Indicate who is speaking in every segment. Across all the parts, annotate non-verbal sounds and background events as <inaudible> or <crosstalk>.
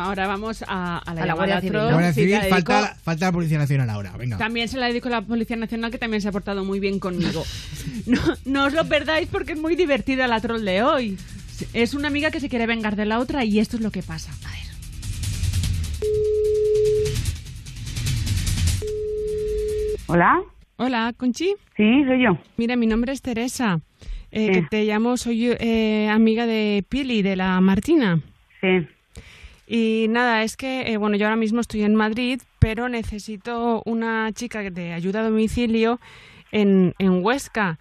Speaker 1: ahora vamos a, a la,
Speaker 2: A la
Speaker 1: llamada
Speaker 2: Guardia Civil,
Speaker 1: Atroz,
Speaker 2: ¿no?
Speaker 3: La Guardia
Speaker 1: sí,
Speaker 3: Civil,
Speaker 1: la dedico-
Speaker 3: falta, falta la Policía Nacional ahora. Venga.
Speaker 1: También se la dedico a la Policía Nacional, que también se ha portado muy bien conmigo. <laughs> No, no os lo perdáis porque es muy divertida la troll de hoy. Es una amiga que se quiere vengar de la otra y esto es lo que pasa. A ver.
Speaker 4: Hola,
Speaker 1: Hola, Conchi.
Speaker 4: sí, soy yo.
Speaker 1: Mira, mi nombre es Teresa. Eh, que
Speaker 4: Sí.
Speaker 1: te llamo, soy eh, amiga de Pili, de la Martina.
Speaker 4: Sí,
Speaker 1: Y nada, es que, eh, bueno, yo ahora mismo estoy en Madrid, pero necesito una chica de ayuda a domicilio en, en Huesca.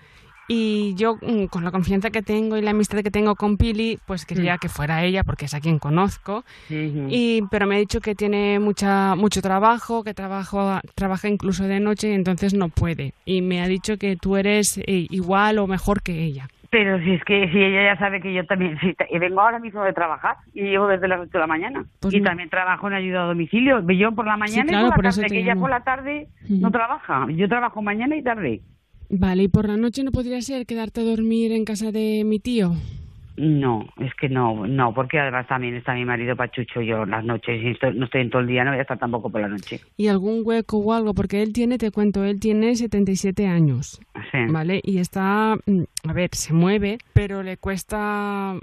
Speaker 1: Y yo, mm, con la confianza que tengo y la amistad que tengo con Pili, pues quería que fuera ella, porque es a quien conozco.
Speaker 4: sí, sí.
Speaker 1: Y, pero me ha dicho que tiene mucha, mucho trabajo, que trabajo, trabaja incluso de noche y entonces no puede. Y me ha dicho que tú eres eh, igual o mejor que ella.
Speaker 4: Pero si es que si ella ya sabe que yo también si, ta- vengo ahora mismo de trabajar y llevo desde las 8 de la mañana.
Speaker 1: Pues
Speaker 4: y
Speaker 1: no.
Speaker 4: también trabajo en ayuda a domicilio. Yo por la mañana
Speaker 1: claro,
Speaker 4: y por
Speaker 1: por
Speaker 4: la
Speaker 1: eso
Speaker 4: tarde,
Speaker 1: te
Speaker 4: que ella
Speaker 1: llamo.
Speaker 4: por la tarde
Speaker 1: Ujú.
Speaker 4: no trabaja. Yo trabajo mañana y tarde.
Speaker 1: Vale, ¿y por la noche no podría ser quedarte a dormir en casa de mi tío?
Speaker 4: No, es que no, no, porque además también está mi marido Pachucho yo las noches y estoy- no estoy en todo el día, no voy a estar tampoco por la noche.
Speaker 1: y algún hueco o algo, porque él tiene, te cuento, él tiene 77 años,
Speaker 4: Sí.
Speaker 1: ¿vale? Y está, mm, a ver, se mueve, pero le cuesta,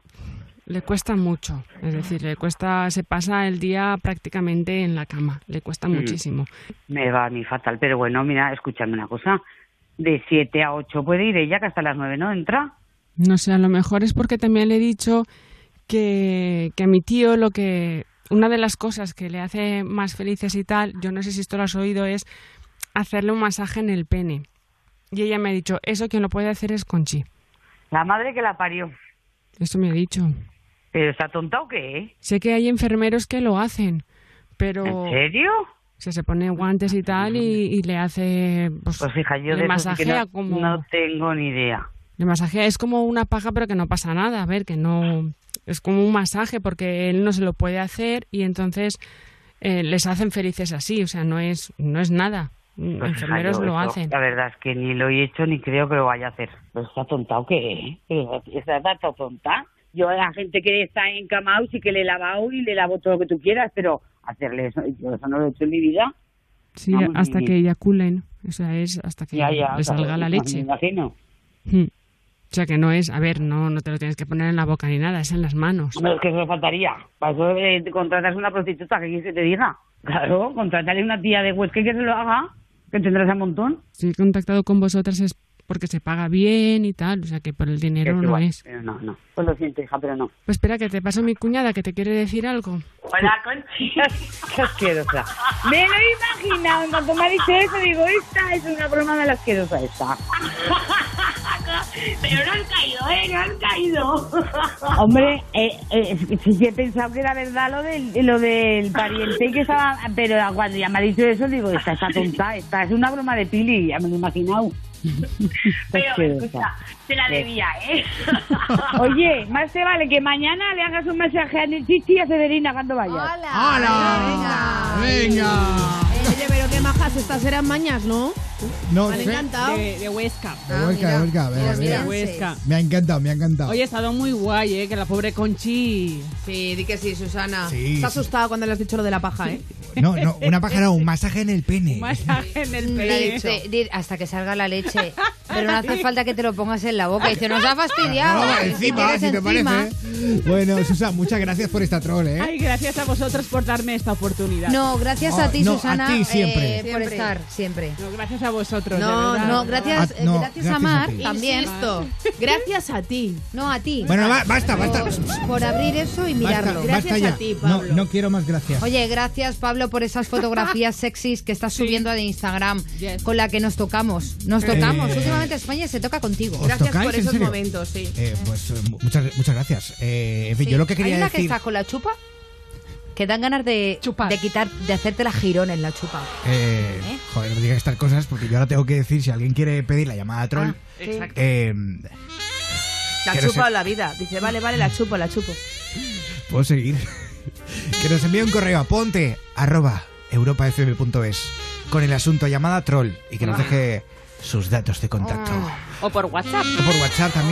Speaker 1: le cuesta mucho, es decir, le cuesta, se pasa el día prácticamente en la cama, le cuesta muchísimo.
Speaker 4: Me va a mí fatal, pero bueno, mira, escúchame una cosa. De 7 a 8 puede ir ella, que hasta las 9 no entra.
Speaker 1: No sé, a lo mejor es porque también le he dicho que, que a mi tío lo que, una de las cosas que le hace más felices y tal, yo no sé si esto lo has oído, es hacerle un masaje en el pene. Y ella me ha dicho, eso quien lo puede hacer es Conchi.
Speaker 4: La madre que la parió.
Speaker 1: Eso me ha dicho.
Speaker 4: ¿Pero está tonta o qué? ¿eh?
Speaker 1: Sé que hay enfermeros que lo hacen, pero
Speaker 4: ¿En serio?
Speaker 1: o sea, se pone guantes y tal y, y le hace pues,
Speaker 4: Pues hija, yo
Speaker 1: le
Speaker 4: de eso sí que
Speaker 1: masajea
Speaker 4: no,
Speaker 1: como
Speaker 4: no tengo ni idea.
Speaker 1: le masajea es como una paja pero que no pasa nada, a ver que no es como un masaje porque él no se lo puede hacer y entonces eh, les hacen felices así, o sea no es no es nada,
Speaker 4: Pues, hija,
Speaker 1: enfermeros
Speaker 4: yo
Speaker 1: lo
Speaker 4: eso,
Speaker 1: hacen.
Speaker 4: La verdad es que ni lo he hecho ni creo que lo vaya a hacer. ¿Pero está tonta o qué? ¿eh? ¿Pero ¿Está tanto tonta? Yo a la gente que está en Camau sí que le he lavado y le lavo todo lo que tú quieras, pero hacerle eso, yo eso no lo he hecho en mi vida.
Speaker 1: Sí,
Speaker 4: vamos,
Speaker 1: hasta
Speaker 4: ni-
Speaker 1: que eyaculen, o sea es hasta que
Speaker 4: Ya, ya.
Speaker 1: les salga la
Speaker 4: me
Speaker 1: leche.
Speaker 4: imagino.
Speaker 1: Mm. O sea que no es, a ver, no no te lo tienes que poner en la boca ni nada, es en las manos.
Speaker 4: Hombre, es que eso faltaría. Para eso eh, contratas una prostituta que quieres que te diga. Claro, contratarle una tía de Huesca que se lo haga, que tendrás un montón.
Speaker 1: si he contactado con vosotras es porque se paga bien y tal, o sea que por el dinero
Speaker 4: Es
Speaker 1: no
Speaker 4: igual,
Speaker 1: es.
Speaker 4: Pero no, no. Pues lo siento, hija, pero no.
Speaker 1: Pues espera que te paso mi cuñada que te quiere decir algo.
Speaker 4: Hola, Conchita. <laughs> Qué asquerosa. Me lo he imaginado. En cuanto me ha dicho eso, digo, esta es una broma de la asquerosa esta.
Speaker 2: <laughs> Pero no han caído, ¿eh? No han caído. <laughs>
Speaker 4: Hombre, eh, eh, sí que he pensado que era verdad lo del, lo del pariente que estaba... Pero cuando ya me ha dicho eso, digo, esta está tonta. Esta es una broma de Pili, ya me lo he imaginado. Qué
Speaker 2: <laughs> Pero
Speaker 4: asquerosa.
Speaker 2: escucha, se
Speaker 5: Pues.
Speaker 2: la debía,
Speaker 5: <laughs>
Speaker 2: ¿eh?
Speaker 4: Oye, más te vale que mañana le hagas un mensaje a Chichi y a Severina cuando vayas.
Speaker 3: ¡Hala! ¡Venga!
Speaker 2: Eh, Oye, pero qué majas, estas eran mañas, ¿no?
Speaker 3: No
Speaker 2: Me han
Speaker 3: sé.
Speaker 2: encantado.
Speaker 5: De, de Huesca.
Speaker 3: De Huesca, de Huesca, a ver, a
Speaker 2: Pues
Speaker 3: ver.
Speaker 2: mira,
Speaker 5: De Huesca.
Speaker 3: Me ha encantado, me ha encantado.
Speaker 5: Oye, ha estado muy guay, ¿eh? Que la pobre Conchi...
Speaker 2: Sí, di que sí, Susana.
Speaker 3: Sí,
Speaker 2: Estás
Speaker 3: sí.
Speaker 2: asustada cuando le has dicho lo de la paja, ¿eh?
Speaker 3: No, no, una pájara, un masaje en el pene.
Speaker 5: Masaje en el
Speaker 6: Le
Speaker 5: pene.
Speaker 6: dice, "Di- hasta que salga la
Speaker 3: <laughs>
Speaker 6: leche. Pero no hace falta que te lo pongas en la boca. Dice, nos ha fastidiado.
Speaker 3: No,
Speaker 6: ¿eh?
Speaker 3: encima,
Speaker 6: quieres
Speaker 3: si te
Speaker 6: encima".
Speaker 3: parece. ¿eh? Bueno, Susa, muchas gracias por esta troll, ¿eh?
Speaker 5: Ay, gracias a vosotros por darme esta oportunidad.
Speaker 6: No, gracias
Speaker 3: Ah,
Speaker 6: a ti,
Speaker 3: no, a
Speaker 6: Susana,
Speaker 3: ti
Speaker 6: eh,
Speaker 3: siempre.
Speaker 6: por
Speaker 2: Siempre.
Speaker 6: estar siempre.
Speaker 5: No, gracias a vosotros, de
Speaker 2: No,
Speaker 5: verdad.
Speaker 6: No,
Speaker 3: Ah,
Speaker 6: gracias, eh,
Speaker 3: no,
Speaker 6: gracias
Speaker 3: gracias
Speaker 6: a
Speaker 3: a
Speaker 6: Mar.
Speaker 3: ti.
Speaker 6: También.
Speaker 2: Insisto, gracias a ti.
Speaker 6: No, a ti.
Speaker 3: Bueno, va- basta, basta.
Speaker 6: Por, por abrir eso y
Speaker 3: Basta,
Speaker 6: mirarlo.
Speaker 2: Gracias
Speaker 3: basta ya.
Speaker 2: a ti,
Speaker 3: no,
Speaker 2: Pablo.
Speaker 3: no quiero más gracias.
Speaker 6: Oye, gracias Pablo por esas
Speaker 3: <laughs>
Speaker 6: fotografías sexys que estás subiendo de Instagram
Speaker 5: Yes.
Speaker 6: con la que nos tocamos. Nos tocamos.
Speaker 3: Eh.
Speaker 6: Últimamente España se toca contigo.
Speaker 3: ¿Os
Speaker 2: Gracias
Speaker 3: tocáis,
Speaker 2: por
Speaker 3: en
Speaker 2: esos
Speaker 3: serio?
Speaker 2: momentos, sí.
Speaker 3: Eh, pues eh, mu- muchas, muchas gracias. Eh, en fin, yo lo que quería
Speaker 6: Hay una que
Speaker 3: decir.
Speaker 6: está con la chupa que dan ganas de,
Speaker 5: Chupar.
Speaker 6: de quitar, de hacerte la girón en la chupa.
Speaker 3: eh,
Speaker 6: ¿Eh?
Speaker 3: Joder, no digas estas cosas porque yo ahora tengo que decir si alguien quiere pedir la llamada troll.
Speaker 6: Ah, sí.
Speaker 3: eh,
Speaker 2: La
Speaker 3: Que no
Speaker 2: chupa
Speaker 3: sé.
Speaker 2: o la vida. Dice, vale, vale, la chupo, la chupo.
Speaker 3: Puedo seguir. <laughs> que nos envíe un correo a ponte arroba europafm.es con el asunto llamada troll y que nos deje sus datos de contacto.
Speaker 6: Ah.
Speaker 1: Oh. O por WhatsApp.
Speaker 3: O por WhatsApp también.